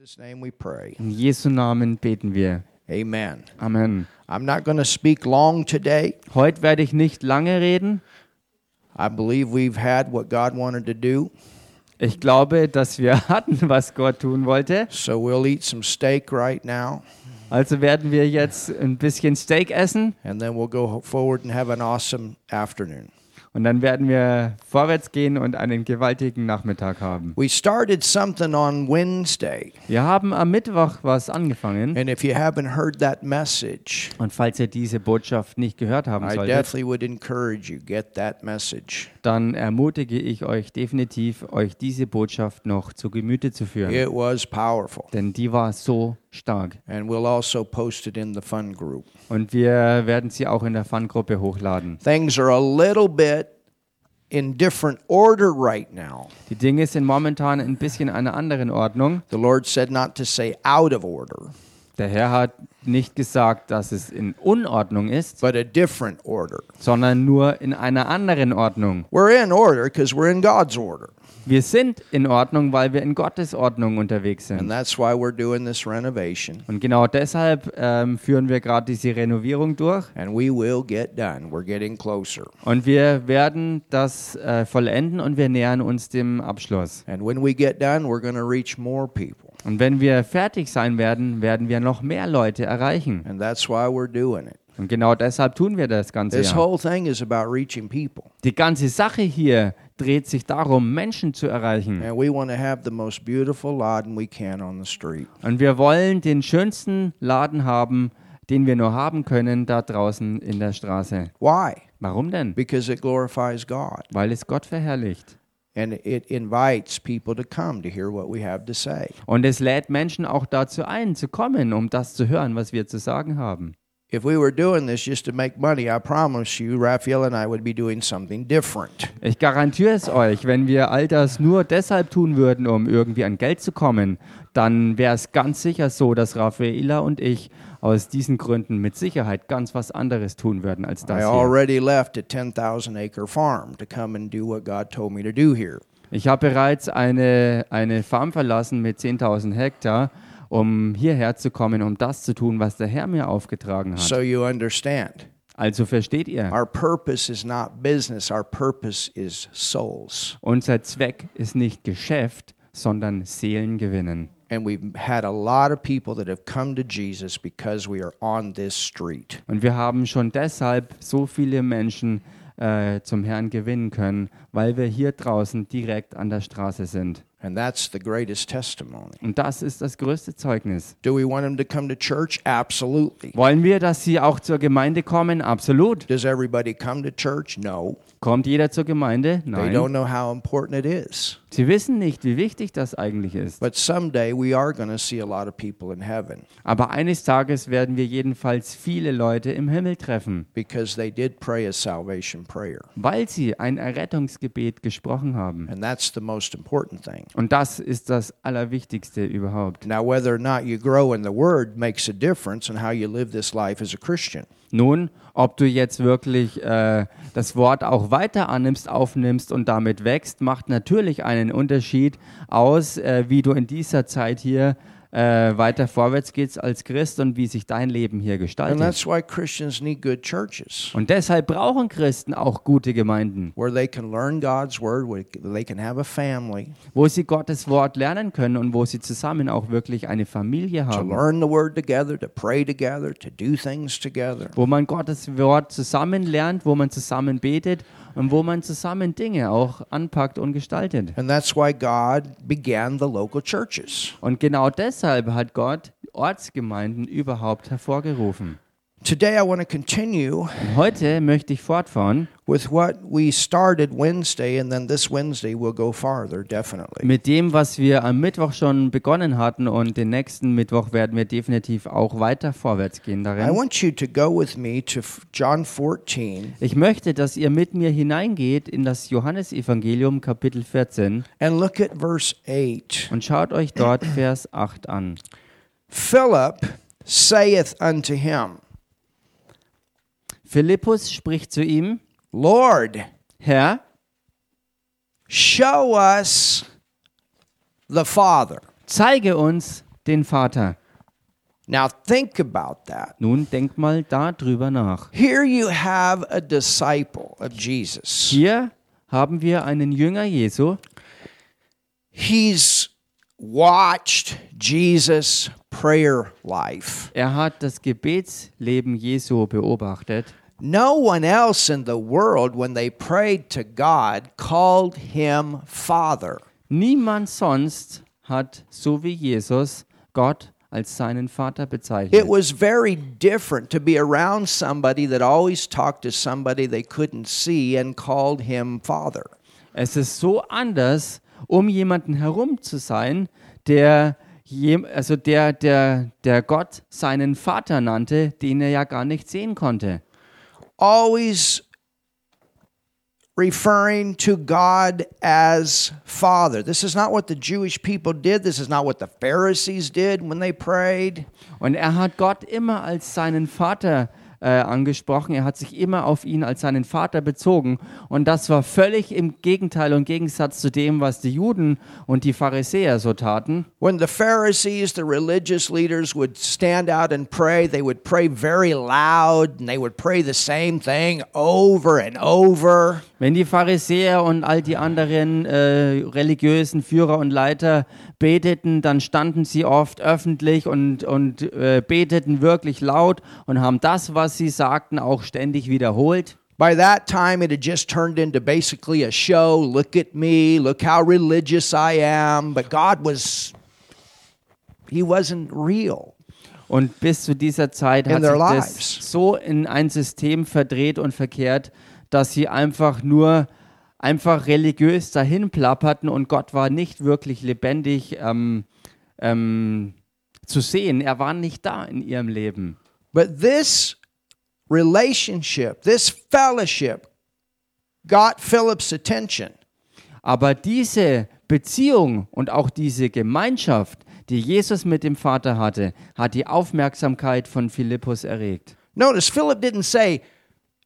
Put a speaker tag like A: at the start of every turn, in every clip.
A: Jesus' name we pray.
B: In Jesu Namen beten wir.
A: Amen.
B: Amen.
A: I'm not going to speak long today.
B: Heute werde ich nicht lange reden.
A: I believe we've had what God wanted to do.
B: Ich glaube, dass wir hatten, was Gott tun wollte.
A: So we'll eat some steak right now,
B: Also werden wir jetzt ein bisschen Steak essen
A: and then we'll go forward and have an awesome afternoon.
B: und dann werden wir vorwärts gehen und einen gewaltigen Nachmittag haben.
A: We started something on Wednesday,
B: Wir haben am Mittwoch was angefangen
A: and if you haven't heard that message,
B: und falls ihr diese Botschaft nicht gehört haben
A: I
B: solltet,
A: definitely would encourage you get that message.
B: dann ermutige ich euch definitiv, euch diese Botschaft noch zu Gemüte zu führen.
A: It was powerful.
B: Denn die war so stark.
A: And we'll also post it in the fun group.
B: Und wir werden sie auch in der Fangruppe hochladen.
A: Things are a little bit in different order right now.
B: Die Dinge sind momentan ein bisschen einer anderen Ordnung.
A: The Lord said not to say out of order,
B: Der Herr hat nicht gesagt, dass es in Unordnung ist,
A: but a different order.
B: sondern nur in einer anderen Ordnung.
A: We're in order because we're in God's order.
B: Wir sind in Ordnung, weil wir in Gottes Ordnung unterwegs
A: And
B: sind.
A: that's why we're doing this renovation.
B: Und genau deshalb ähm, führen wir gerade diese Renovierung durch
A: And we will get done. We're getting closer.
B: und wir werden das äh, vollenden und wir nähern uns dem Abschluss.
A: And when we get done, we're going to reach more people.
B: Und wenn wir fertig sein werden, werden wir noch mehr Leute erreichen.
A: And that's why we're doing it.
B: Und genau deshalb tun wir das Ganze.
A: This
B: ja.
A: whole thing is about reaching people.
B: Die ganze Sache hier dreht sich darum, Menschen zu erreichen.
A: And we want to have the most beautiful laden we can on the street.
B: Und wir wollen den schönsten Laden haben, den wir nur haben können, da draußen in der Straße.
A: Why?
B: Warum denn?
A: Because it glorifies God
B: Weil es Gott verherrlicht.
A: and it invites people to come to hear what we have to say.
B: Und es lädt Menschen auch dazu ein, zu kommen, um das zu hören, was wir zu sagen haben.
A: If we were doing this just to make money, I promise you, Raphael and I would be doing something different.
B: Ich garantiere es euch, wenn wir all das nur deshalb tun würden, um irgendwie an Geld zu kommen, dann wäre es ganz sicher so, dass Raffaela und ich aus diesen Gründen mit Sicherheit ganz was anderes tun würden als das
A: I
B: hier.
A: already left a 10,000 acre farm to come and do what God told me to do here.
B: Ich habe bereits eine, eine Farm verlassen mit 10.000 Hektar, um hierher zu kommen, um das zu tun, was der Herr mir aufgetragen hat.
A: So you understand.
B: Also versteht ihr,
A: Our purpose is not business, our purpose is souls.
B: unser Zweck ist nicht Geschäft, sondern Seelen gewinnen.
A: And we've had a lot of people that have come to Jesus because we are on this street.
B: Und wir haben schon deshalb so viele Menschen äh, zum Herrn gewinnen können, weil wir hier draußen direkt an der Straße sind.
A: And that's the greatest testimony.
B: Und das ist das größte Zeugnis.
A: Do we want them to come to church? Absolutely.
B: Wollen wir, dass sie auch zur Gemeinde kommen? Absolut.
A: Does everybody come to church? No.
B: Kommt jeder zur Gemeinde?
A: They
B: Nein.
A: don't know how important it is.
B: Sie wissen nicht, wie wichtig das eigentlich ist.
A: But someday we are going to see a lot of people in heaven
B: Aber eines Tages werden wir jedenfalls viele Leute im Himmel treffen,
A: because they did pray a salvation prayer.
B: weil sie ein Errettungsgebet gesprochen haben.
A: And that's the most important thing.
B: Und das ist das Allerwichtigste überhaupt.
A: Now, whether or not you grow in the Word makes a difference in how you live this life as a Christian.
B: Nun, ob du jetzt wirklich äh, das Wort auch weiter annimmst, aufnimmst und damit wächst, macht natürlich einen Unterschied aus, äh, wie du in dieser Zeit hier äh, weiter vorwärts gehst als Christ und wie sich dein Leben hier
A: And
B: gestaltet.
A: that's why Christians need good churches
B: Und deshalb brauchen Christen auch gute Gemeinden.
A: where they can learn God's Word, where they can have a family
B: wo sie Gottes Wort lernen können und wo sie zusammen auch wirklich eine Familie
A: to
B: haben,
A: learn the Word together, to pray together, to do things together.
B: wo man Gottes Wort zusammen lernt, wo man zusammen betet und wo man zusammen Dinge auch anpackt und gestaltet.
A: And that's why God began the local churches.
B: Und genau deshalb hat Gott Ortsgemeinden überhaupt hervorgerufen.
A: Today, I want to continue
B: Und heute möchte ich fortfahren
A: with what we started Wednesday, and then this Wednesday we'll go farther, definitely.
B: mit dem, was wir am Mittwoch schon begonnen hatten und den nächsten Mittwoch werden wir definitiv auch weiter vorwärts gehen
A: I
B: darin.
A: want you to go with me to f- John 14
B: Ich möchte, dass ihr mit mir hineingeht in das Johannesevangelium Kapitel 14
A: and look at verse 8.
B: Und schaut euch dort Vers 8 an.
A: Philip saith unto him,
B: Philippus spricht zu ihm,
A: Lord,
B: Herr,
A: show us the Father.
B: zeige uns den Vater.
A: Now think about that.
B: Nun denk mal darüber nach.
A: Here you have a disciple of Jesus.
B: Hier haben wir einen Jünger Jesu,
A: He's watched Jesus' prayer life.
B: er hat das Gebetsleben Jesu beobachtet.
A: No one else in the world, when they prayed to God, called him Father.
B: Niemand sonst hat, so wie Jesus, Gott als seinen Vater bezeichnet.
A: It was very different to be around somebody that always talked to somebody they couldn't see and called him Father.
B: Es ist so anders, um jemanden herum zu sein, der, jem- also der, der, der Gott seinen Vater nannte, den er ja gar nicht sehen konnte.
A: Always referring to God as Father. This is not what the Jewish people did. This is not what the Pharisees did when they prayed.
B: Und er hat Gott immer als seinen Vater äh, angesprochen, er hat sich immer auf ihn als seinen Vater bezogen. Und das war völlig im Gegenteil und Gegensatz zu dem, was die Juden und die Pharisäer so taten.
A: When the Pharisees, the religious leaders, would stand out and pray, they would pray very loud and they would pray the same thing over and over.
B: Wenn die Pharisäer und all die anderen äh, religiösen Führer und Leiter beteten, dann standen sie oft öffentlich und, und äh, beteten wirklich laut und haben das, was sie sagten, auch ständig wiederholt.
A: By that time, it had just turned into basically a show. Look at me, look how religious I am. But God was, He wasn't real.
B: Und bis zu dieser Zeit
A: In
B: hat
A: their
B: sich
A: lives.
B: das so in ein System verdreht und verkehrt, dass sie einfach nur einfach religiös dahin plapperten und Gott war nicht wirklich lebendig ähm, ähm, zu sehen. Er war nicht da in ihrem Leben.
A: But this relationship, this fellowship, got Philip's attention.
B: Aber diese Beziehung und auch diese Gemeinschaft, die Jesus mit dem Vater hatte, hat die Aufmerksamkeit von Philippus erregt.
A: Notice Philip didn't say,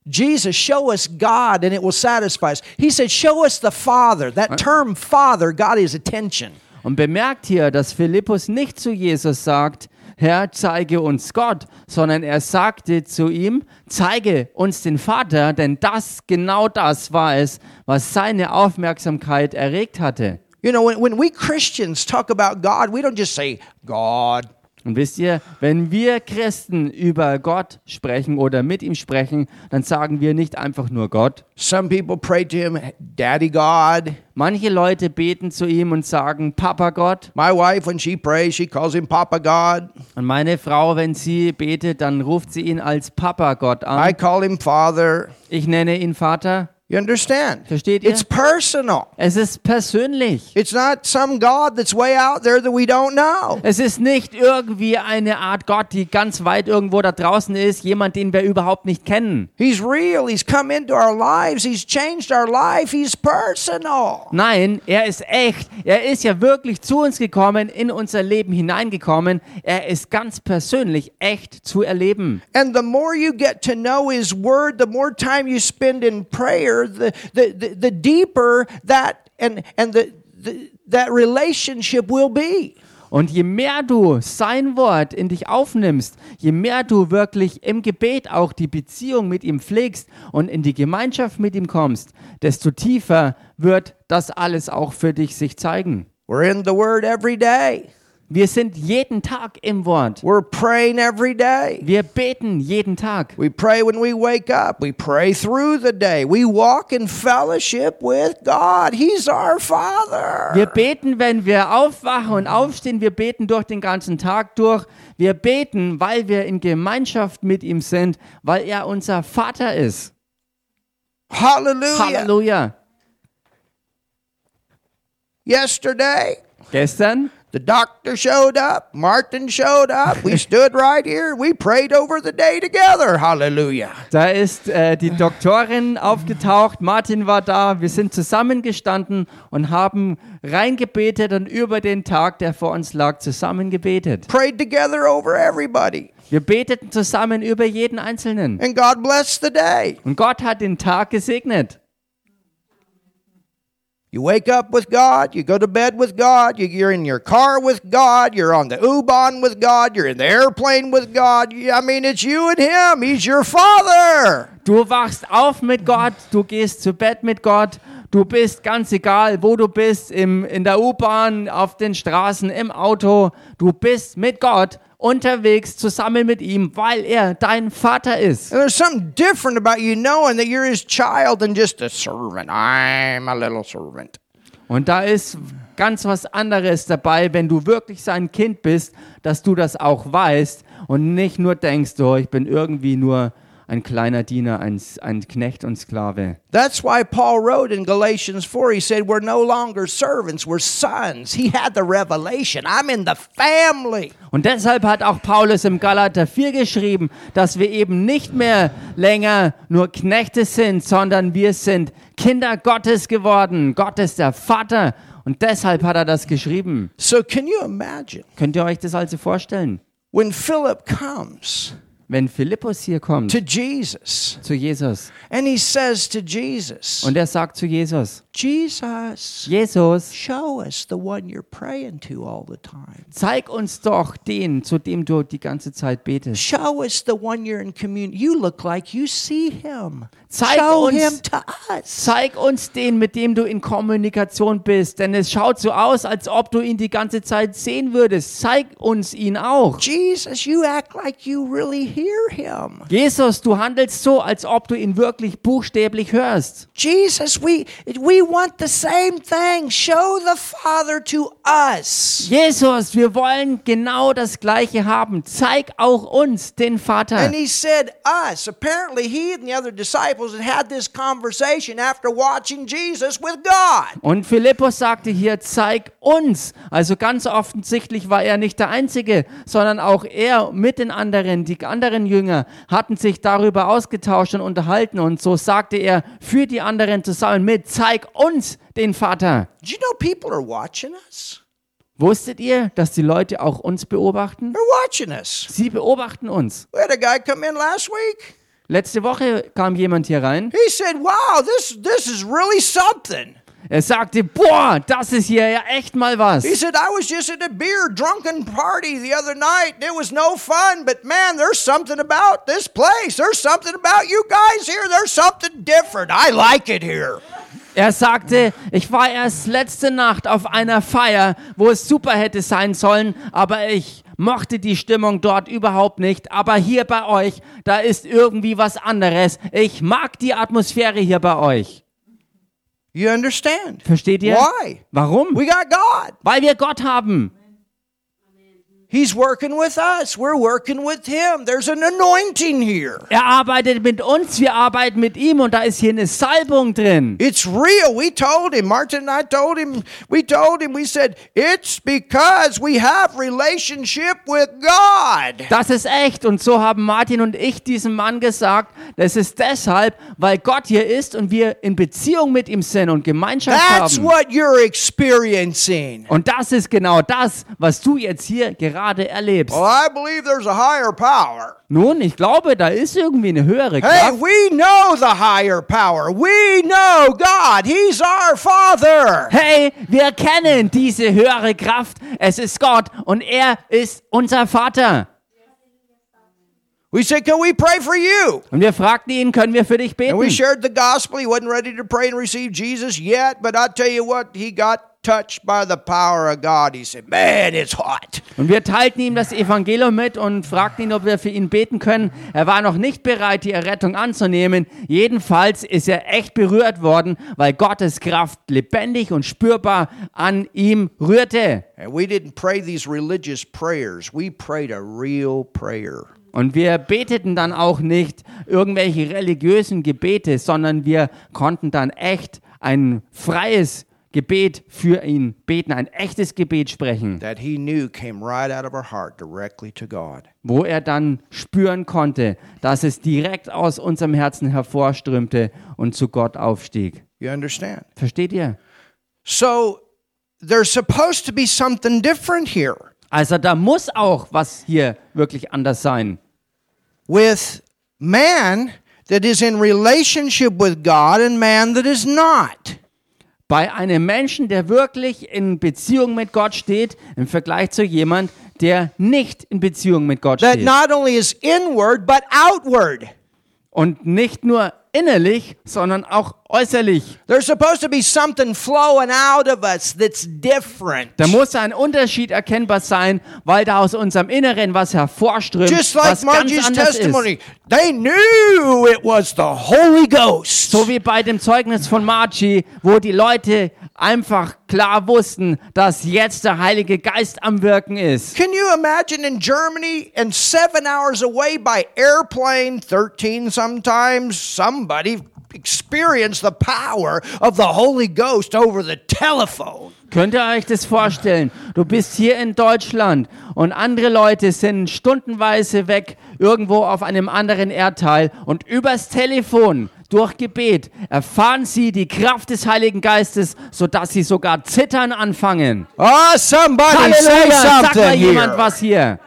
A: Jesus, show us God and it will satisfy us. He said, Show us the Father. That term Father got his attention.
B: Und bemerkt hier, dass Philippus nicht zu Jesus sagt, Herr, zeige uns Gott, sondern er sagte zu ihm, zeige uns den Vater, denn das, genau das war es, was seine Aufmerksamkeit erregt hatte.
A: You know, when, when we Christians talk about God, we don't just say, God.
B: Und wisst ihr, wenn wir Christen über Gott sprechen oder mit ihm sprechen, dann sagen wir nicht einfach nur Gott.
A: Some people pray to him, Daddy God.
B: Manche Leute beten zu ihm und sagen Papa Gott.
A: My wife, when she prays, she calls him Papa God.
B: Und meine Frau, wenn sie betet, dann ruft sie ihn als Papa Gott an.
A: I call him Father.
B: Ich nenne ihn Vater.
A: You understand?
B: Versteht ihr?
A: It's personal.
B: Es ist persönlich.
A: It's not some God that's way out there that we don't know.
B: Es ist nicht irgendwie eine Art Gott, die ganz weit irgendwo da draußen ist, jemand, den wir überhaupt nicht kennen.
A: He's real. He's come into our lives. He's changed our life. He's personal.
B: Nein, er ist echt. Er ist ja wirklich zu uns gekommen, in unser Leben hineingekommen. Er ist ganz persönlich echt zu erleben.
A: And the more you get to know His Word, the more time you spend in prayer, the, the, the, the deeper that and, and the, the, that relationship will be.
B: Und je mehr du sein Wort in dich aufnimmst, je mehr du wirklich im Gebet auch die Beziehung mit ihm pflegst und in die Gemeinschaft mit ihm kommst, desto tiefer wird das alles auch für dich sich zeigen.
A: We're in the Word every day,
B: Wir sind jeden Tag im Wort.
A: we're praying every day.
B: Wir beten jeden Tag.
A: We pray when we wake up. We pray through the day. We walk in fellowship with God. He's our Father.
B: Wir beten, wenn wir aufwachen und aufstehen. Wir beten durch den ganzen Tag durch. Wir beten, weil wir in Gemeinschaft mit ihm sind, weil er unser Vater ist.
A: Hallelujah.
B: Halleluja.
A: Yesterday,
B: Gestern
A: the doctor showed up. Martin showed up. We stood right here. We prayed over the day together. Hallelujah.
B: Da ist äh, die Doktorin aufgetaucht, Martin war da, wir sind zusammengestanden und haben reingebetet und über den Tag, der vor uns lag, zusammengebetet.
A: Prayed together over everybody.
B: Wir beteten zusammen über jeden Einzelnen.
A: And God blessed the day.
B: Und Gott hat den Tag gesegnet.
A: You wake up with God, you go to bed with God, you, you're in your car with God, you're on the U-Bahn with God, you're in the airplane with God. You- I mean, it's you and Him. He's your Father.
B: Du wachst auf mit Gott, du gehst zu Bett mit Gott, du bist ganz egal, wo du bist, im, in der U-Bahn, auf den Straßen, im Auto, du bist mit Gott unterwegs zusammen mit ihm, weil er dein Vater ist.
A: And there's something different about you knowing that you're His child than just a servant. I'm a little servant.
B: Und da ist ganz was anderes dabei, wenn du wirklich sein Kind bist, dass du das auch weißt und nicht nur denkst, oh, ich bin irgendwie nur ein kleiner Diener, ein, S- ein Knecht und Sklave.
A: That's why Paul wrote in Galatians 4, he said, We're no longer servants, we're sons. He had the revelation. I'm in the family.
B: Und deshalb hat auch Paulus im Galater 4 geschrieben, dass wir eben nicht mehr länger nur Knechte sind, sondern wir sind Kinder Gottes geworden. Gott ist der Vater. Und deshalb hat er das geschrieben.
A: So can you imagine
B: Könnt ihr euch das also vorstellen?
A: when Philip comes
B: Wenn Philippus hier kommt
A: to Jesus
B: zu Jesus
A: and he says to Jesus,
B: und er sagt zu Jesus,
A: Jesus,
B: Jesus,
A: show us the one you're praying to all the time.
B: zeig uns doch den, zu dem du die ganze Zeit betest.
A: Show us the one you're in communion. You look like you see him.
B: Zeig
A: Show
B: uns-
A: him to us.
B: Zeig uns den, mit dem du in Kommunikation bist, denn es schaut so aus, als ob du ihn die ganze Zeit sehen würdest. Zeig uns ihn auch.
A: Jesus, you act like you really hear him.
B: Jesus, du handelst so, als ob du ihn wirklich buchstäblich hörst.
A: Jesus, we we want the same thing. Show the Father to us.
B: Jesus, wir wollen genau das Gleiche haben. Zeig auch uns den Vater.
A: And he said, us. Apparently, he and the other disciples had had this conversation after watching Jesus with God.
B: Und Philippus sagte hier, zeig uns. Also ganz offensichtlich war er nicht der Einzige, sondern auch er mit den anderen, die anderen Jünger, hatten sich darüber ausgetauscht und unterhalten. Und so sagte er für die anderen zusammen mit, zeig uns den Vater.
A: Did you know people are watching us?
B: Wusstet ihr, dass die Leute auch uns beobachten?
A: They're watching us.
B: Sie beobachten uns.
A: We had a guy come in last week.
B: Letzte Woche kam jemand hier rein.
A: He said, "Wow, this this is really something."
B: Er sagte, boah, das ist hier ja echt mal was.
A: He said, "I was just at a beer drunken party the other night. It was no fun, but man, there's something about this place. There's something about you guys here. There's something different. I like it here."
B: Er sagte, ich war erst letzte Nacht auf einer Feier, wo es super hätte sein sollen, aber ich mochte die Stimmung dort überhaupt nicht. Aber hier bei euch, da ist irgendwie was anderes. Ich mag die Atmosphäre hier bei euch.
A: You understand?
B: Versteht ihr?
A: Why?
B: Warum?
A: We got God.
B: Weil wir Gott haben.
A: He's working with us. We're working with him. There's an anointing here.
B: Er arbeitet mit uns, wir arbeiten mit ihm und da ist hier eine Salbung drin.
A: It's real. We told him. Martin and I told him. We told him. We said, "It's because we have relationship with God."
B: Das ist echt. Und so haben Martin und ich diesem Mann gesagt, das ist deshalb, weil Gott hier ist und wir in Beziehung mit ihm sind und Gemeinschaft
A: That's
B: haben.
A: what you're experiencing.
B: Und das ist genau das, was du jetzt hier gerade erlebst.
A: Well, I believe there's a higher power.
B: Nun, ich glaube, da ist irgendwie eine höhere
A: Hey,
B: Kraft.
A: we know the higher power. We know God. He's our Father.
B: Hey, wir kennen diese höhere Kraft. Es ist Gott und er ist unser Vater.
A: We said, Can we pray for you?
B: Und wir fragten ihn, können wir für dich
A: And we
B: beten?
A: shared the gospel. He wasn't ready to pray and receive Jesus yet, but I tell you what, he got touched by the power of God. He said, Man, it's hot.
B: Und wir teilten ihm das Evangelium mit und fragten ihn, ob wir für ihn beten können. Er war noch nicht bereit, die Errettung anzunehmen. Jedenfalls ist er echt berührt worden, weil Gottes Kraft lebendig und spürbar an ihm rührte.
A: And we didn't pray these religious prayers, we prayed a real prayer.
B: Und wir beteten dann auch nicht irgendwelche religiösen Gebete, sondern wir konnten dann echt ein freies Gebet für ihn beten, ein echtes Gebet sprechen,
A: That he knew came right out of our heart directly to God.
B: wo er dann spüren konnte, dass es direkt aus unserem Herzen hervorströmte und zu Gott aufstieg.
A: You understand?
B: Versteht ihr?
A: So there's supposed to be something different here
B: Also da muss auch was hier wirklich anders sein.
A: with man that is in relationship with God and man that is not.
B: bei einem Menschen, der wirklich in Beziehung mit Gott steht, im Vergleich zu jemand, der nicht in Beziehung mit Gott
A: that
B: steht.
A: not only is inward, but outward.
B: Und nicht nur innerlich, sondern auch äußerlich.
A: There's supposed to be something flowing out of us that's different.
B: Da muss ein Unterschied erkennbar sein, weil da aus unserem Inneren was hervorströmt,
A: Just like
B: was ganz
A: Margie's
B: anders
A: testimony,
B: ist.
A: they knew it was the Holy Ghost.
B: So wie bei dem Zeugnis von Margie, wo die Leute einfach klar wussten, dass jetzt der Heilige Geist am Wirken ist.
A: Can you imagine in Germany and seven hours away by airplane, 13 sometimes, somebody experienced the power of the Holy Ghost over the telephone?
B: Könnt ihr euch das vorstellen? Du bist hier in Deutschland und andere Leute sind stundenweise weg, irgendwo auf einem anderen Erdteil und übers Telefon, durch Gebet, erfahren sie die Kraft des Heiligen Geistes, sodass sie sogar zittern anfangen.
A: Oh, somebody say
B: Halleluja! Sag mal
A: something
B: jemand
A: here.
B: was hier.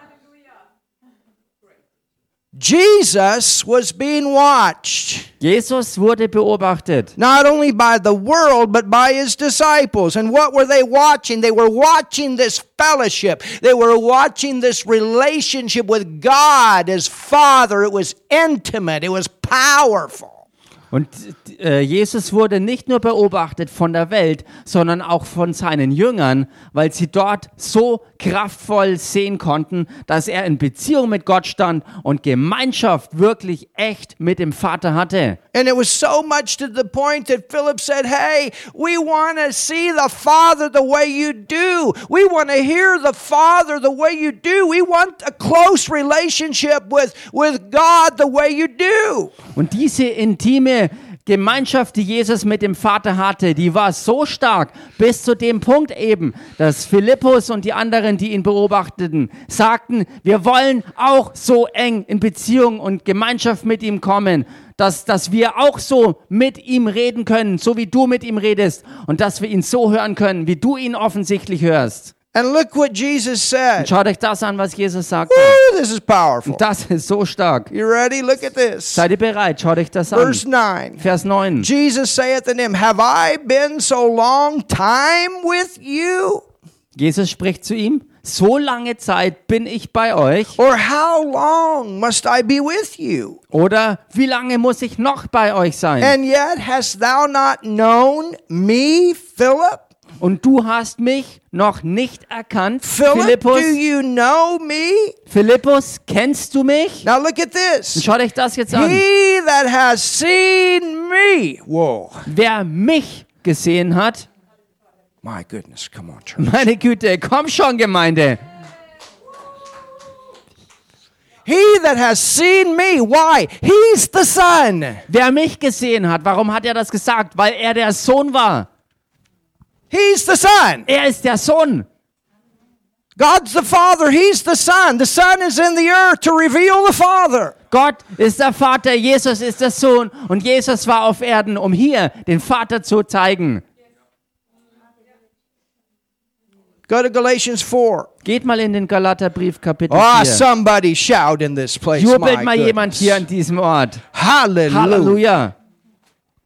A: Jesus was being watched
B: Jesus wurde beobachtet.
A: not only by the world but by his disciples. And what were they watching? They were watching this fellowship. They were watching this relationship with God as Father. It was intimate. It was powerful.
B: Und äh, Jesus wurde nicht nur beobachtet von der Welt, sondern auch von seinen Jüngern, weil sie dort so kraftvoll sehen konnten, dass er in Beziehung mit Gott stand und Gemeinschaft wirklich echt mit dem Vater hatte.
A: And it was so much to the point that Philip said, Hey, we want to see the Father the way you do. We want to hear the Father the way you do. We want a close relationship with, with God the way you do.
B: Und diese intime Gemeinschaft, die Jesus mit dem Vater hatte, die war so stark bis zu dem Punkt eben, dass Philippus und die anderen, die ihn beobachteten, sagten, wir wollen auch so eng in Beziehung und Gemeinschaft mit ihm kommen, dass, dass wir auch so mit ihm reden können, so wie du mit ihm redest und dass wir ihn so hören können, wie du ihn offensichtlich hörst.
A: And look what Jesus said.
B: Schaut euch das an, was Jesus sagt.
A: Woo, this is powerful.
B: Das ist so stark.
A: You ready? Look at this.
B: Seid ihr bereit? Schaut euch das an.
A: Verse 9.
B: Vers 9.
A: Jesus saith unto him, Have I been so long time with you?
B: Jesus spricht zu ihm, so lange Zeit bin ich bei euch
A: Or how long must I be with you?
B: oder wie lange muss ich noch bei euch sein?
A: And yet hast thou not known me, Philip?
B: Und du hast mich noch nicht erkannt.
A: Philip,
B: Philippus,
A: do you know me?
B: Philippus, kennst du mich?
A: Now look at this.
B: Schau dich das jetzt an.
A: He that has seen me. Whoa.
B: Wer mich gesehen hat,
A: My goodness, come on, church.
B: meine Güte, komm schon, Gemeinde.
A: He that has seen me. Why? He's the Son.
B: Wer mich gesehen hat, warum hat er das gesagt? Weil er der Sohn war.
A: He's the Son.
B: Er ist der Sohn.
A: God's the Father. He's the Son. The Son is in the earth to reveal the Father.
B: Gott ist der Vater, Jesus ist der Sohn und Jesus war auf Erden, um hier den Vater zu zeigen.
A: Go to Galatians 4.
B: Geht mal in den Galaterbrief Kapitel
A: Ah,
B: 4.
A: somebody shout in this place.
B: Jubelt
A: My
B: mal jemand
A: goodness.
B: hier an diesem Ort.
A: Hallelujah.
B: Halleluja.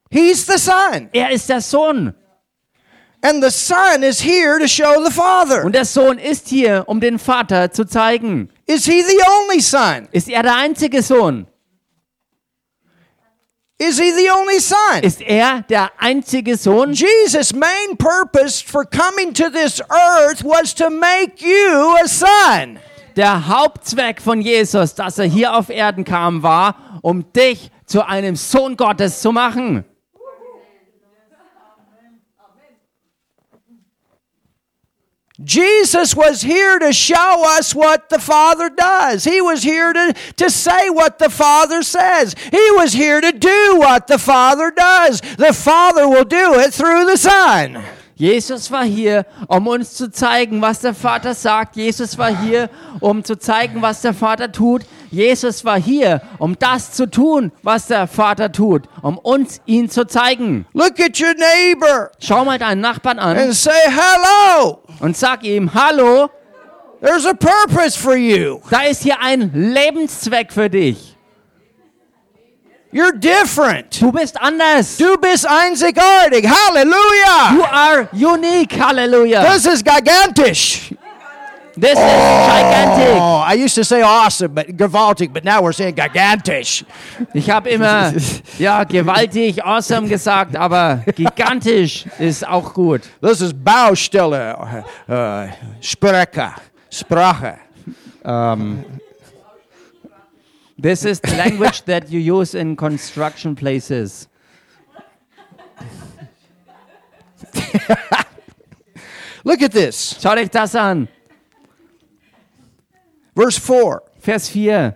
A: He's the Son.
B: Er ist der Sohn.
A: And the Son is here to show the Father.
B: Und der Sohn ist hier, um den Vater zu zeigen.
A: Is he the only Son?
B: Ist er der einzige Sohn?
A: Is he the only Son?
B: Ist er der einzige Sohn?
A: Jesus' main purpose for coming to this earth was to make you a son.
B: Der Hauptzweck von Jesus, dass er hier auf Erden kam, war, um dich zu einem Sohn Gottes zu machen.
A: Jesus was here to show us what the Father does. He was here to, to say what the Father says. He was here to do what the Father does. The Father will do it through the Son.
B: Jesus war hier, um uns zu zeigen, was der Vater sagt. Jesus war hier, um zu zeigen, was der Vater tut. Jesus war hier, um das zu tun, was der Vater tut, um uns ihn zu zeigen.
A: Look at your neighbor
B: Schau mal deinen Nachbarn an
A: and say, Hello,
B: und sag ihm, hallo,
A: there's a purpose for you.
B: da ist hier ein Lebenszweck für dich.
A: You're different.
B: Du bist anders.
A: Du bist einzigartig. Hallelujah.
B: You are unique. Hallelujah.
A: This is gigantisch.
B: This is gigantic.
A: Oh, I used to say awesome, but gewaltig, but now we're saying gigantisch.
B: Ich habe immer ja gewaltig, awesome gesagt, aber gigantisch ist auch gut.
A: This is Baustelle, uh, uh, Sprecher, Sprache.
B: This is the language that you use in construction places.
A: Look at this.
B: Schaut euch das an.
A: Verse 4.
B: Vers 4.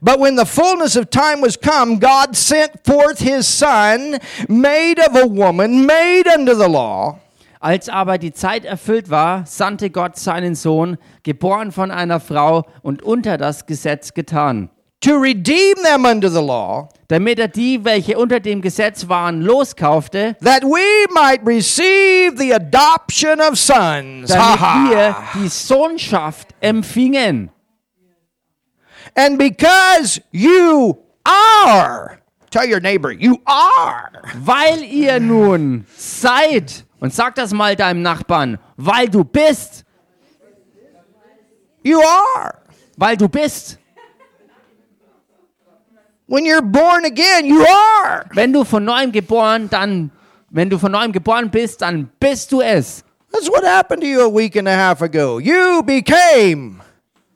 A: But when the fullness of time was come, God sent forth his son, made of a woman, made under the law,
B: Als aber die Zeit erfüllt war, sandte Gott seinen Sohn, geboren von einer Frau und unter das Gesetz getan,
A: to redeem them under the law,
B: damit er die, welche unter dem Gesetz waren, loskaufte,
A: that we might receive the adoption of sons. Ha
B: damit wir
A: ha.
B: die Sohnschaft empfingen.
A: And because you are, tell your neighbor, you are
B: Weil ihr nun seid, und sag das mal deinem Nachbarn, weil du bist,
A: You are.
B: weil du bist.
A: When you're born again, you are.
B: Wenn du von neuem geboren, dann, wenn du von neuem geboren bist, dann bist du es.
A: That's what happened to you a week and a half ago. You became.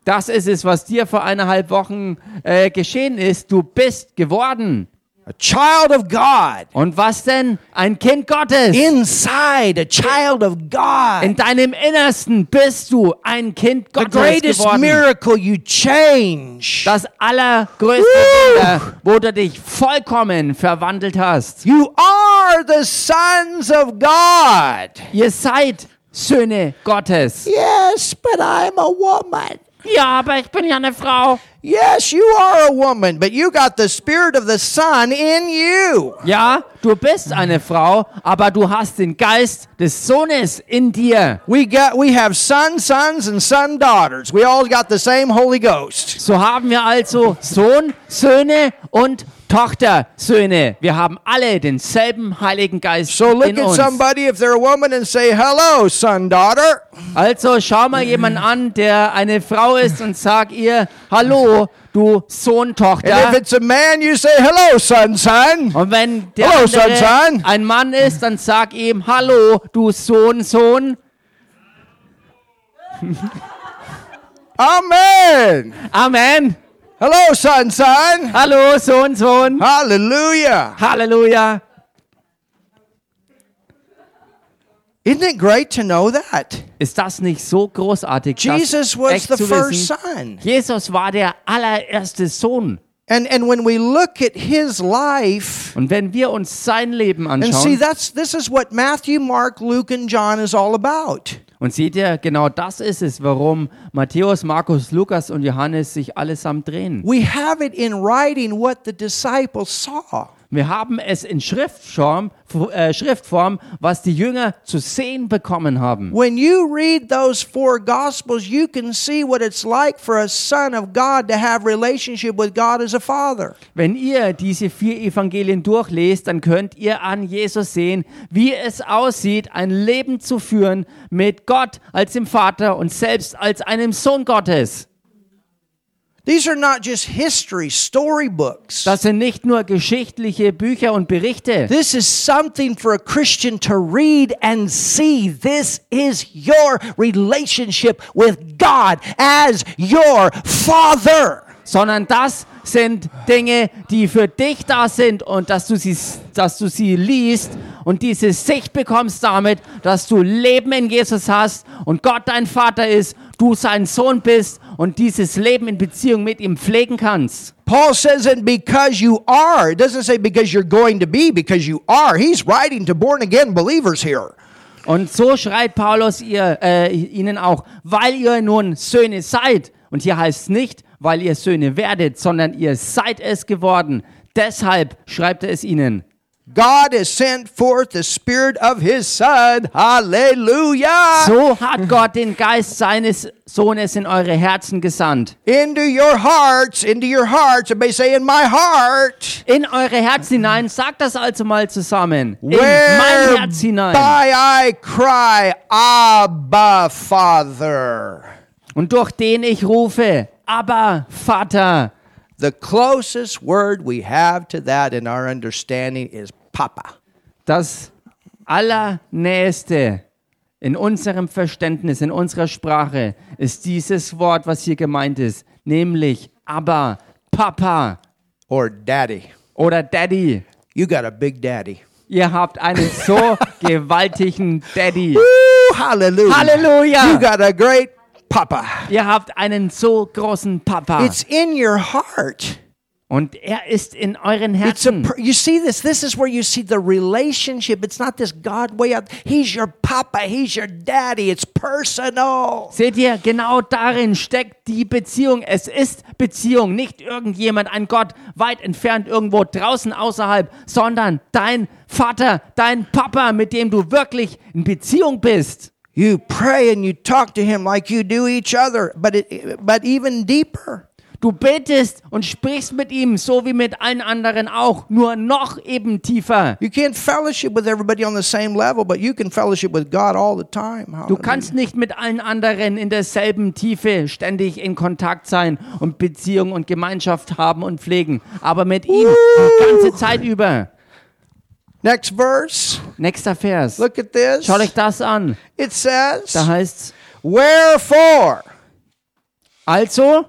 B: Das ist es, was dir vor eineinhalb Wochen äh, geschehen ist. Du bist geworden.
A: a child of God.
B: Und was denn? Ein Kind Gottes.
A: Inside, a child of God.
B: In deinem Innersten bist du ein Kind
A: the
B: Gottes
A: greatest
B: geworden.
A: miracle, you change.
B: Das allergrößte
A: Woo!
B: Wunder, wo du dich vollkommen verwandelt hast.
A: you are the sons of God.
B: Ihr seid Söhne Gottes.
A: Yes, but I'm a woman.
B: Ja, aber ich bin ja eine Frau.
A: Yes, you are a woman, but you got the spirit of the Son in you.
B: Ja, du bist eine Frau, aber du hast den Geist des Sohnes in dir.
A: We got we have son sons and son daughters. We all got the same Holy Ghost.
B: So haben wir also Sohn, Söhne und Tochter, Söhne. Wir haben alle denselben Heiligen Geist
A: So look
B: in
A: at
B: uns.
A: somebody if they're a woman and say, "Hello, son daughter."
B: Also schau mal jemanden an, der eine Frau ist und sag ihr, hallo, du Sohn,
A: And
B: Tochter.
A: if it's a man, you say, "Hello, son son."
B: Und wenn der
A: Hallo,
B: andere
A: Sunshine.
B: ein Mann ist, dann sag ihm, hallo, du Sohn, Sohn.
A: Amen.
B: Amen.
A: Hello, son, son.
B: Hallo, Sohn, Sohn.
A: Hallelujah.
B: Halleluja.
A: Isn't it great to know that?
B: Ist das nicht so großartig? das
A: Jesus was
B: echt
A: the
B: zu
A: first
B: wissen?
A: son.
B: Jesus war der allererste Sohn.
A: And and when we look at his life,
B: Und wenn wir uns sein Leben
A: and see
B: anschauen,
A: that's this is what Matthew, Mark, Luke and John is all about.
B: und seht ihr, genau das ist es, warum Matthäus, Markus, Lukas und Johannes sich allesamt drehen.
A: We have it in writing what the disciples saw.
B: Wir haben es in Schriftform, f- äh, Schriftform, was die Jünger zu sehen bekommen haben.
A: When you read those four gospels, you can see what it's like for a son of God to have relationship with God as a father.
B: Wenn ihr diese vier Evangelien durchlest, dann könnt ihr an Jesus sehen, wie es aussieht, ein Leben zu führen mit Gott als dem Vater und selbst als einem Sohn Gottes.
A: These are not just history storybooks.
B: Das sind nicht nur geschichtliche Bücher und Berichte.
A: This is something for a Christian to read and see. This is your relationship with God as your father.
B: sondern das sind Dinge, die für dich da sind und dass du sie, dass du sie liest und diese Sicht bekommst damit, dass du Leben in Jesus hast und Gott dein Vater ist, du sein Sohn bist und dieses Leben in Beziehung mit ihm pflegen kannst.
A: Paul says, and because you are, it doesn't say because you're going to be, because you are. He's writing to born again believers here.
B: Und so schreit Paulus ihr, äh, ihnen auch, weil ihr nun Söhne seid. Und hier heißt es nicht, weil ihr Söhne werdet, sondern ihr seid es geworden. Deshalb schreibt er es ihnen.
A: God has sent forth the Spirit of His Son. Hallelujah.
B: So hat Gott den Geist seines Sohnes in eure Herzen gesandt.
A: into your hearts, into your hearts. Somebody say, in my heart.
B: In eure Herzen hinein, sagt das also mal zusammen. In mein
A: Whereby
B: Herz hinein.
A: I cry, Abba, Father.
B: Und durch den ich rufe, aber Vater.
A: The closest word we have to that in our understanding is Papa.
B: das Allernächste in unserem Verständnis, in unserer Sprache, ist dieses Wort, was hier gemeint ist, nämlich aber, Papa
A: or daddy.
B: oder Daddy.
A: You got a big daddy.
B: Ihr habt einen so gewaltigen Daddy.
A: Woo, hallelujah.
B: Hallelujah.
A: You got a great papa.
B: Ihr habt einen so großen Papa.
A: It's in your heart.
B: Und er ist in euren
A: It's a
B: Herzen.
A: per- you see this this is where you see the relationship. It's not this God way out. He's your papa, he's your daddy. It's personal.
B: Seht ihr, genau darin steckt die Beziehung. Es ist Beziehung, nicht irgendjemand, ein Gott weit entfernt irgendwo draußen außerhalb, sondern dein Vater, dein Papa, mit dem du wirklich in Beziehung bist.
A: You pray and you talk to him like you do each other, but it, but even deeper.
B: Du betest und sprichst mit ihm, so wie mit allen anderen auch, nur noch eben tiefer.
A: You can't fellowship with everybody on the same level, but you can fellowship with God all the time.
B: Du
A: Hallelujah.
B: kannst nicht mit allen anderen in derselben Tiefe ständig in Kontakt sein und Beziehung und Gemeinschaft haben und pflegen, aber mit ihm die ganze Zeit über.
A: Next verse.
B: Nächster Vers.
A: Look at this.
B: Schaut euch das an.
A: It says,
B: Da heißt's,
A: Wherefore
B: also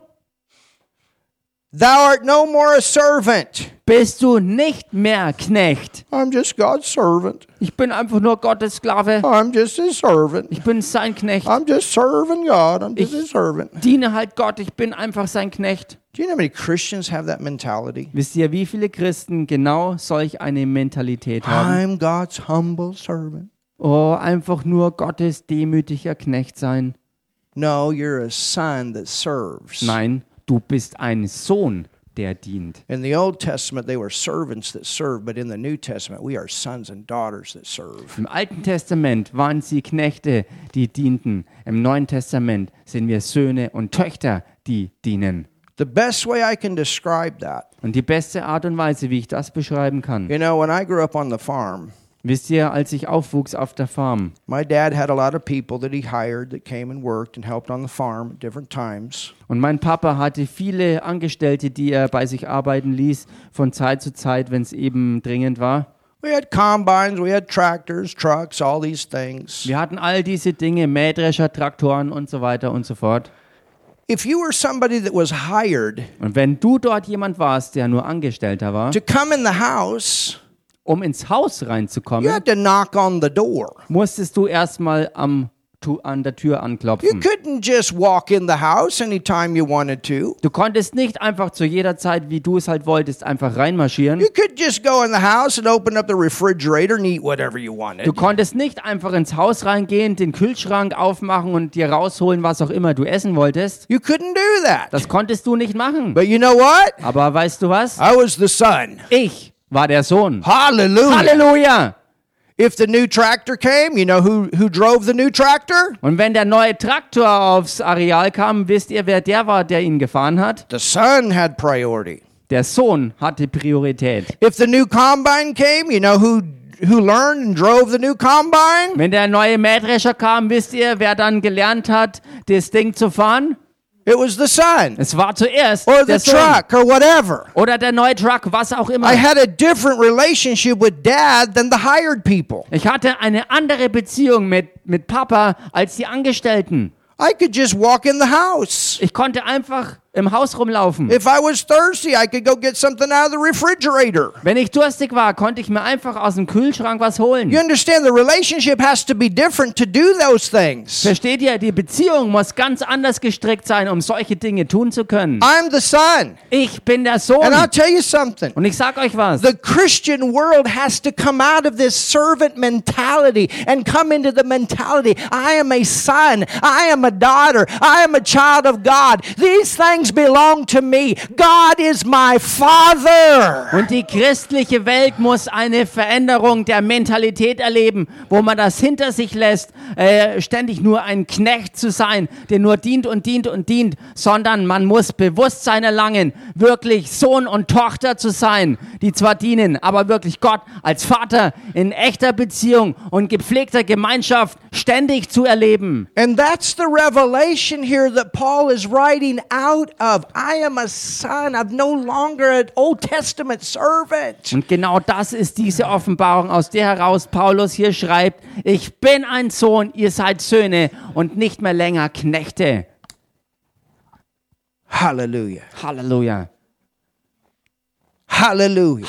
A: thou art no more a servant.
B: bist du nicht mehr Knecht.
A: I'm just God's servant.
B: Ich bin einfach nur Gottes Sklave.
A: I'm just his servant.
B: Ich bin sein Knecht.
A: I'm just serving God. I'm just his servant.
B: Diene halt Gott. Ich bin einfach sein Knecht.
A: Do you know how many Christians have that mentality?
B: Wisst ihr, wie viele Christen genau solch eine Mentalität
A: I'm
B: haben?
A: God's humble servant.
B: Oh, einfach nur Gottes demütiger Knecht sein.
A: No, you're a son that serves.
B: Nein, du bist ein Sohn, der dient.
A: In the Old Testament, they were servants that served, but in the New Testament, we are sons and daughters that serve.
B: Im Alten Testament waren sie Knechte, die dienten. Im Neuen Testament sind wir Söhne und Töchter, die dienen.
A: The best way I can describe that,
B: Und die beste Art und Weise, wie ich das beschreiben kann,
A: you know, when I grew up on the farm,
B: wisst ihr, als ich aufwuchs auf der Farm,
A: My dad had a lot of people that he hired that came and worked and helped on the farm at different times.
B: und mein Papa hatte viele Angestellte, die er bei sich arbeiten ließ, von Zeit zu Zeit, wenn es eben dringend war.
A: We had combines, we had tractors, trucks, all these things.
B: Wir hatten all diese Dinge, Mähdrescher, Traktoren und so weiter und so fort.
A: If you were somebody that was hired
B: Und wenn du dort jemand warst, der nur Angestellter war,
A: to come in the house,
B: um ins Haus
A: you
B: reinzukommen,
A: had to knock on the door.
B: musstest du erstmal am, tu- an der Tür
A: You
B: anklopfen.
A: couldn't just walk in the house anytime you wanted to.
B: Du konntest nicht einfach zu jeder Zeit, wie du es halt wolltest, einfach reinmarschieren.
A: You could just go in the house and open up the refrigerator and eat whatever you
B: Du
A: wanted.
B: konntest nicht einfach ins Haus reingehen, den Kühlschrank aufmachen und dir rausholen, was auch immer du essen wolltest.
A: You couldn't do that.
B: Das konntest du nicht machen.
A: But you know what?
B: Aber weißt du was?
A: I was the son.
B: Ich war der Sohn.
A: Hallelujah.
B: Halleluja!
A: If the new tractor came, you know who, who drove the new tractor?
B: Und wenn der neue Traktor aufs Areal kam, wisst ihr, wer der war, der ihn gefahren hat?
A: The son had priority.
B: Der Sohn hatte Priorität.
A: If the new combine came, you know who who learned and drove the new combine?
B: Wenn der neue Mähdrescher kam, wisst ihr, wer dann gelernt hat, das Ding zu fahren?
A: It was the son
B: Es war zuerst
A: or the
B: der Sohn.
A: truck or whatever.
B: Oder der neue Truck, was auch immer.
A: I had a different relationship with dad than the hired people.
B: Ich hatte eine andere Beziehung mit, mit Papa als die Angestellten.
A: I could just walk in the house.
B: Ich konnte einfach im Haus rumlaufen.
A: If I was thirsty, I could go get something out of the refrigerator.
B: Wenn ich durstig war, konnte ich mir einfach aus dem Kühlschrank was
A: You
B: holen.
A: understand the relationship has to be different to do those things.
B: Versteht ihr, die Beziehung muss ganz anders gestrickt sein, um solche Dinge tun zu können.
A: I'm the son.
B: Ich bin der Sohn.
A: And I'll tell you something.
B: Und ich sag euch was.
A: The Christian world has to come out of this servant mentality and come into the mentality I am a son, I am a daughter, I am a child of God. These things things belong to me. God is my Father.
B: Und die christliche Welt muss eine Veränderung der Mentalität erleben, wo man das hinter sich lässt, äh, ständig nur ein Knecht zu sein, der nur dient und dient und dient, sondern man muss Bewusstsein erlangen, wirklich Sohn und Tochter zu sein, die zwar dienen, aber wirklich Gott als Vater in echter Beziehung und gepflegter Gemeinschaft ständig zu erleben.
A: And that's the revelation here that Paul is writing out of. I am a son. I'm no longer an Old Testament servant.
B: Und genau das ist diese Offenbarung, aus der heraus Paulus hier schreibt, ich bin ein Sohn, ihr seid Söhne und nicht mehr länger Knechte.
A: Hallelujah.
B: Halleluja.
A: Hallelujah.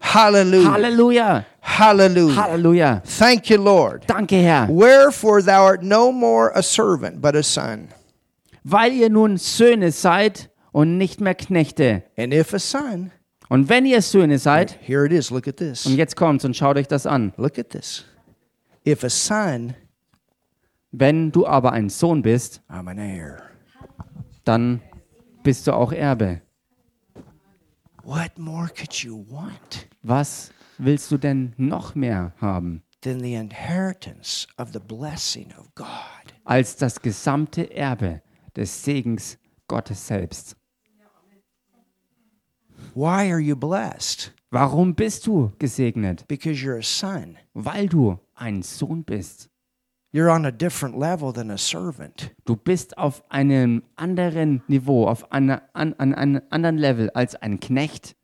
B: Halleluja.
A: Hallelujah.
B: Halleluja.
A: Hallelujah.
B: Halleluja.
A: Thank you, Lord.
B: Danke, Herr.
A: Wherefore thou art no more a servant, but a son.
B: Weil ihr nun Söhne seid und nicht mehr Knechte.
A: And if a son,
B: Und wenn ihr Söhne seid,
A: here it is. Look at this.
B: und jetzt kommt's und schaut euch das an.
A: Look at this. If a son,
B: Wenn du aber ein Sohn bist,
A: I'm an heir.
B: dann bist du auch Erbe.
A: What more could you want
B: Was willst du denn noch mehr haben?
A: than the inheritance of the blessing of God?
B: als das gesamte Erbe des Segens Gottes selbst.
A: Why are you blessed?
B: Warum bist du gesegnet?
A: Because you're a son.
B: Weil du ein Sohn bist.
A: You're on a different level than a servant.
B: Du bist auf einem anderen Niveau, auf einer, an, an einem anderen Level als ein Knecht.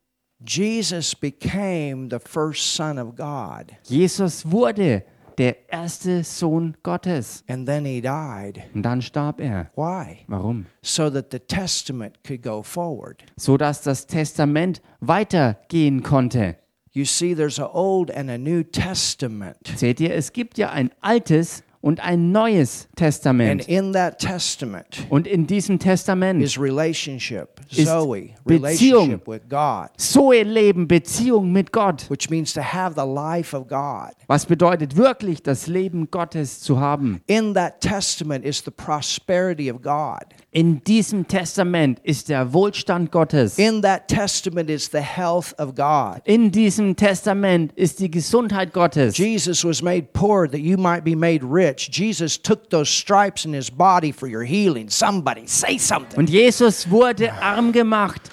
A: Jesus became the first son of God,
B: Jesus wurde der erste Sohn Gottes.
A: and then he died.
B: Und dann starb er.
A: Why?
B: Warum?
A: So that the testament could go forward.
B: Sodass das Testament weitergehen konnte.
A: You see, there's an Old and a New Testament.
B: Seht ihr, es gibt ja ein altes und ein neues
A: And
B: Testament.
A: in that testament
B: Und in diesem Testament
A: is relationship,
B: Ist
A: Zoe,
B: Beziehung.
A: relationship with God,
B: Zoe leben, Beziehung mit Gott.
A: which means to have the life of God.
B: Was bedeutet wirklich, das Leben Gottes zu haben?
A: In that testament is the prosperity of God.
B: In diesem Testament ist der Wohlstand Gottes.
A: In that testament is the health of God.
B: In diesem Testament ist die Gesundheit Gottes.
A: Jesus was made poor that you might be made rich. Jesus took those stripes in his body for your healing. Somebody say something.
B: Und Jesus wurde arm gemacht,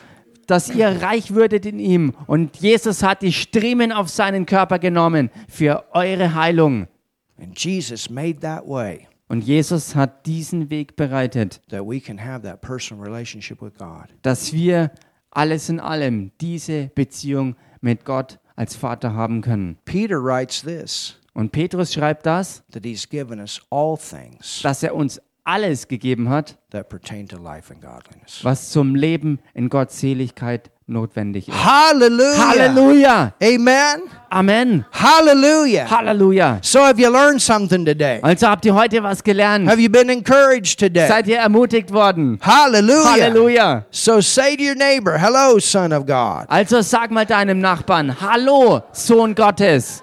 B: dass ihr reich würdet in ihm. Und Jesus hat die Striemen auf seinen Körper genommen für eure Heilung.
A: And Jesus made that way
B: Und Jesus hat diesen Weg bereitet,
A: that we can have that personal relationship with God.
B: dass wir alles in allem diese Beziehung mit Gott als Vater haben können.
A: Peter writes this
B: Und Petrus schreibt das,
A: that he's given us all things
B: dass er uns alles gegeben hat,
A: that pertain to life and godliness.
B: was zum Leben in Gottes Seligkeit notwendig ist.
A: Hallelujah.
B: Halleluja!
A: Amen.
B: Amen!
A: Hallelujah.
B: Halleluja!
A: so have you learned something today?
B: Also habt ihr heute was gelernt?
A: Have you been encouraged today?
B: Seid ihr ermutigt worden?
A: Hallelujah.
B: Halleluja!
A: So say to your neighbor, Hello, Son of God.
B: Also sag mal deinem Nachbarn, hallo, Sohn Gottes.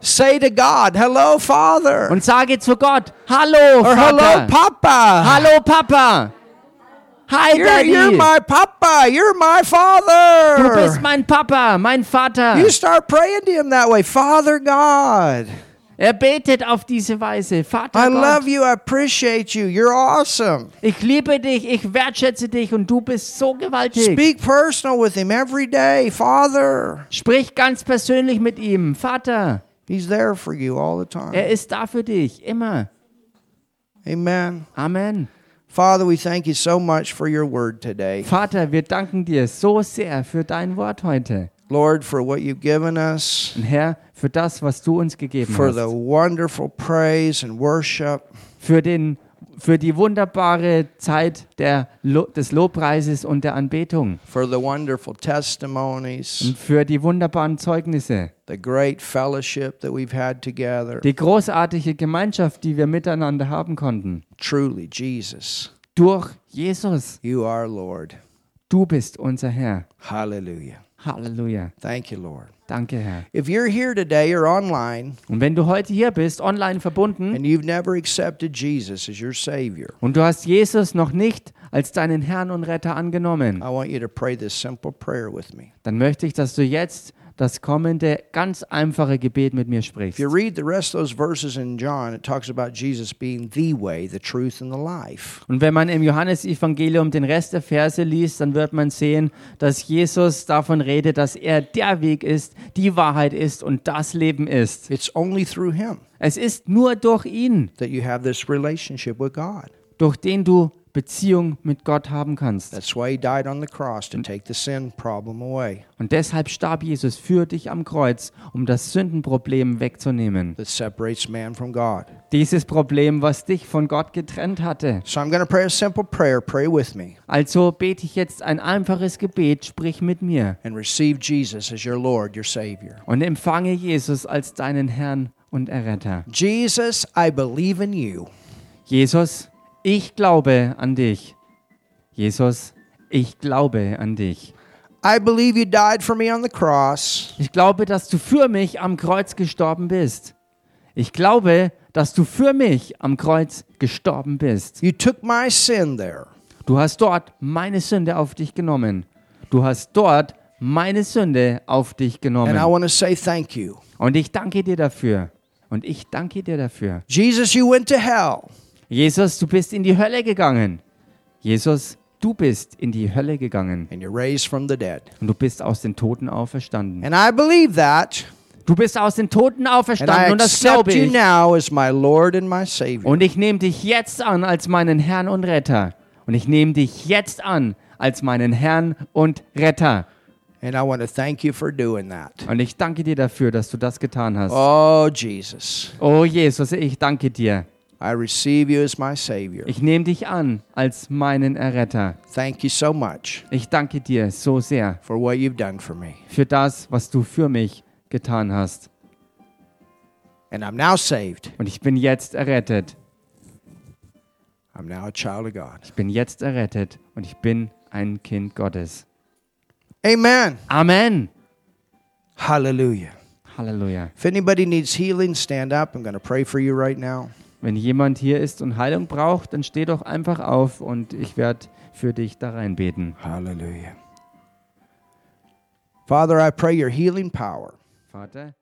A: Say to God, Hello, Father.
B: Und sage zu Gott, hallo,
A: or Hello,
B: Vater.
A: Papa.
B: Hallo, Papa. Hi,
A: You're, you're
B: Daddy.
A: my Papa. You're my
B: Du
A: Father.
B: bist mein Papa, mein Vater.
A: You start praying to him that way. Father God,
B: Er betet auf diese Weise. Vater
A: I
B: Gott,
A: love you. I appreciate you. You're awesome.
B: Ich liebe dich, ich wertschätze dich und du bist so gewaltig.
A: Speak personal with him every day. Father,
B: Sprich ganz persönlich mit ihm. Vater,
A: he's there for you all the
B: er
A: time.
B: ist da für dich, immer.
A: Amen.
B: Amen.
A: Father, we thank you so much for your word today.
B: Vater, wir danken dir so sehr für dein Wort heute.
A: Lord, for what you've given us,
B: Und Herr, für das, was du uns gegeben
A: for the
B: hast.
A: wonderful praise and worship.
B: Für, den, für die wunderbare Zeit der Lo des Lobpreises und der Anbetung.
A: for the wonderful testimonies,
B: Und für die wunderbaren Zeugnisse.
A: the great fellowship that we've had together.
B: Die großartige Gemeinschaft, die wir miteinander haben konnten.
A: Truly, Jesus,
B: Durch Jesus.
A: you are Lord.
B: Du bist unser Herr.
A: Hallelujah.
B: Halleluja.
A: Thank you, Lord.
B: Danke, Herr.
A: If you're here today or online
B: Und wenn du heute hier bist, online verbunden,
A: and you've never accepted Jesus as your Savior,
B: und du hast Jesus noch nicht als deinen Herrn und Retter angenommen,
A: I want you to pray this simple prayer with me.
B: dann möchte ich, dass du jetzt das kommende ganz einfache Gebet mit mir
A: If
B: sprichst.
A: you read the rest of those verses in John, it talks about Jesus being the way, the truth, and the life.
B: Und wenn man im Johannesevangelium den Rest der Verse liest, dann wird man sehen, dass Jesus davon redet, dass er der Weg ist, die Wahrheit ist und das Leben ist.
A: It's only through Him
B: Es ist nur durch ihn,
A: that you have this relationship with God.
B: durch den du Beziehung mit Gott haben kannst.
A: That's why He died on the cross to take the sin problem away
B: Und deshalb starb Jesus für dich am Kreuz, um das Sündenproblem wegzunehmen.
A: that separates man from God.
B: Dieses Problem, was dich von Gott getrennt hatte.
A: So I'm going to pray a simple prayer. Pray with me
B: Also bete ich jetzt ein einfaches Gebet, sprich mit mir
A: and receive Jesus as your Lord, your Savior.
B: und empfange Jesus als deinen Herrn und Erretter.
A: Jesus, I believe in you.
B: Jesus, ich glaube an dich. Jesus, ich glaube an dich.
A: I believe you died for me on the cross.
B: Ich glaube, dass du für mich am Kreuz gestorben bist. Ich glaube, dass du für mich am Kreuz gestorben bist.
A: You took my sin there.
B: Du hast dort meine Sünde auf dich genommen. Du hast dort meine Sünde auf dich
A: And I
B: genommen.
A: want to say thank you.
B: Und ich danke dir dafür. Und ich danke dir dafür.
A: Jesus, you went to hell.
B: Jesus, du bist in die Hölle gegangen. Jesus, du bist in die Hölle gegangen.
A: and you're raised from the dead.
B: Und du bist aus den Toten auferstanden.
A: And I believe that,
B: Du bist aus den Toten
A: and I
B: auferstanden und das
A: accept
B: glaube
A: you
B: ich.
A: now as my Lord and my Savior.
B: Und ich nehme dich jetzt an als meinen Herrn und Retter. Und ich nehme dich jetzt an als meinen Herrn und Retter.
A: And I want to thank you for doing that.
B: Und ich danke dir dafür, dass du das getan hast.
A: Oh, Jesus,
B: Oh Jesus, ich danke dir.
A: I receive you as my Savior.
B: Ich nehme dich an als meinen Erretter.
A: Thank you so much
B: Ich danke dir so sehr
A: for what you've done for me.
B: für das, was du für mich getan hast.
A: And I'm now saved.
B: Und ich bin jetzt errettet.
A: I'm now a child of God.
B: Ich bin jetzt errettet. Und ich bin ein Kind Gottes.
A: Amen.
B: Amen.
A: Hallelujah.
B: Halleluja.
A: If anybody needs healing, stand up. I'm going to pray for you right now.
B: Wenn jemand hier ist und Heilung braucht, dann steh doch einfach auf und ich werde für dich da reinbeten.
A: Hallelujah. Father, I pray your healing power
B: Vater,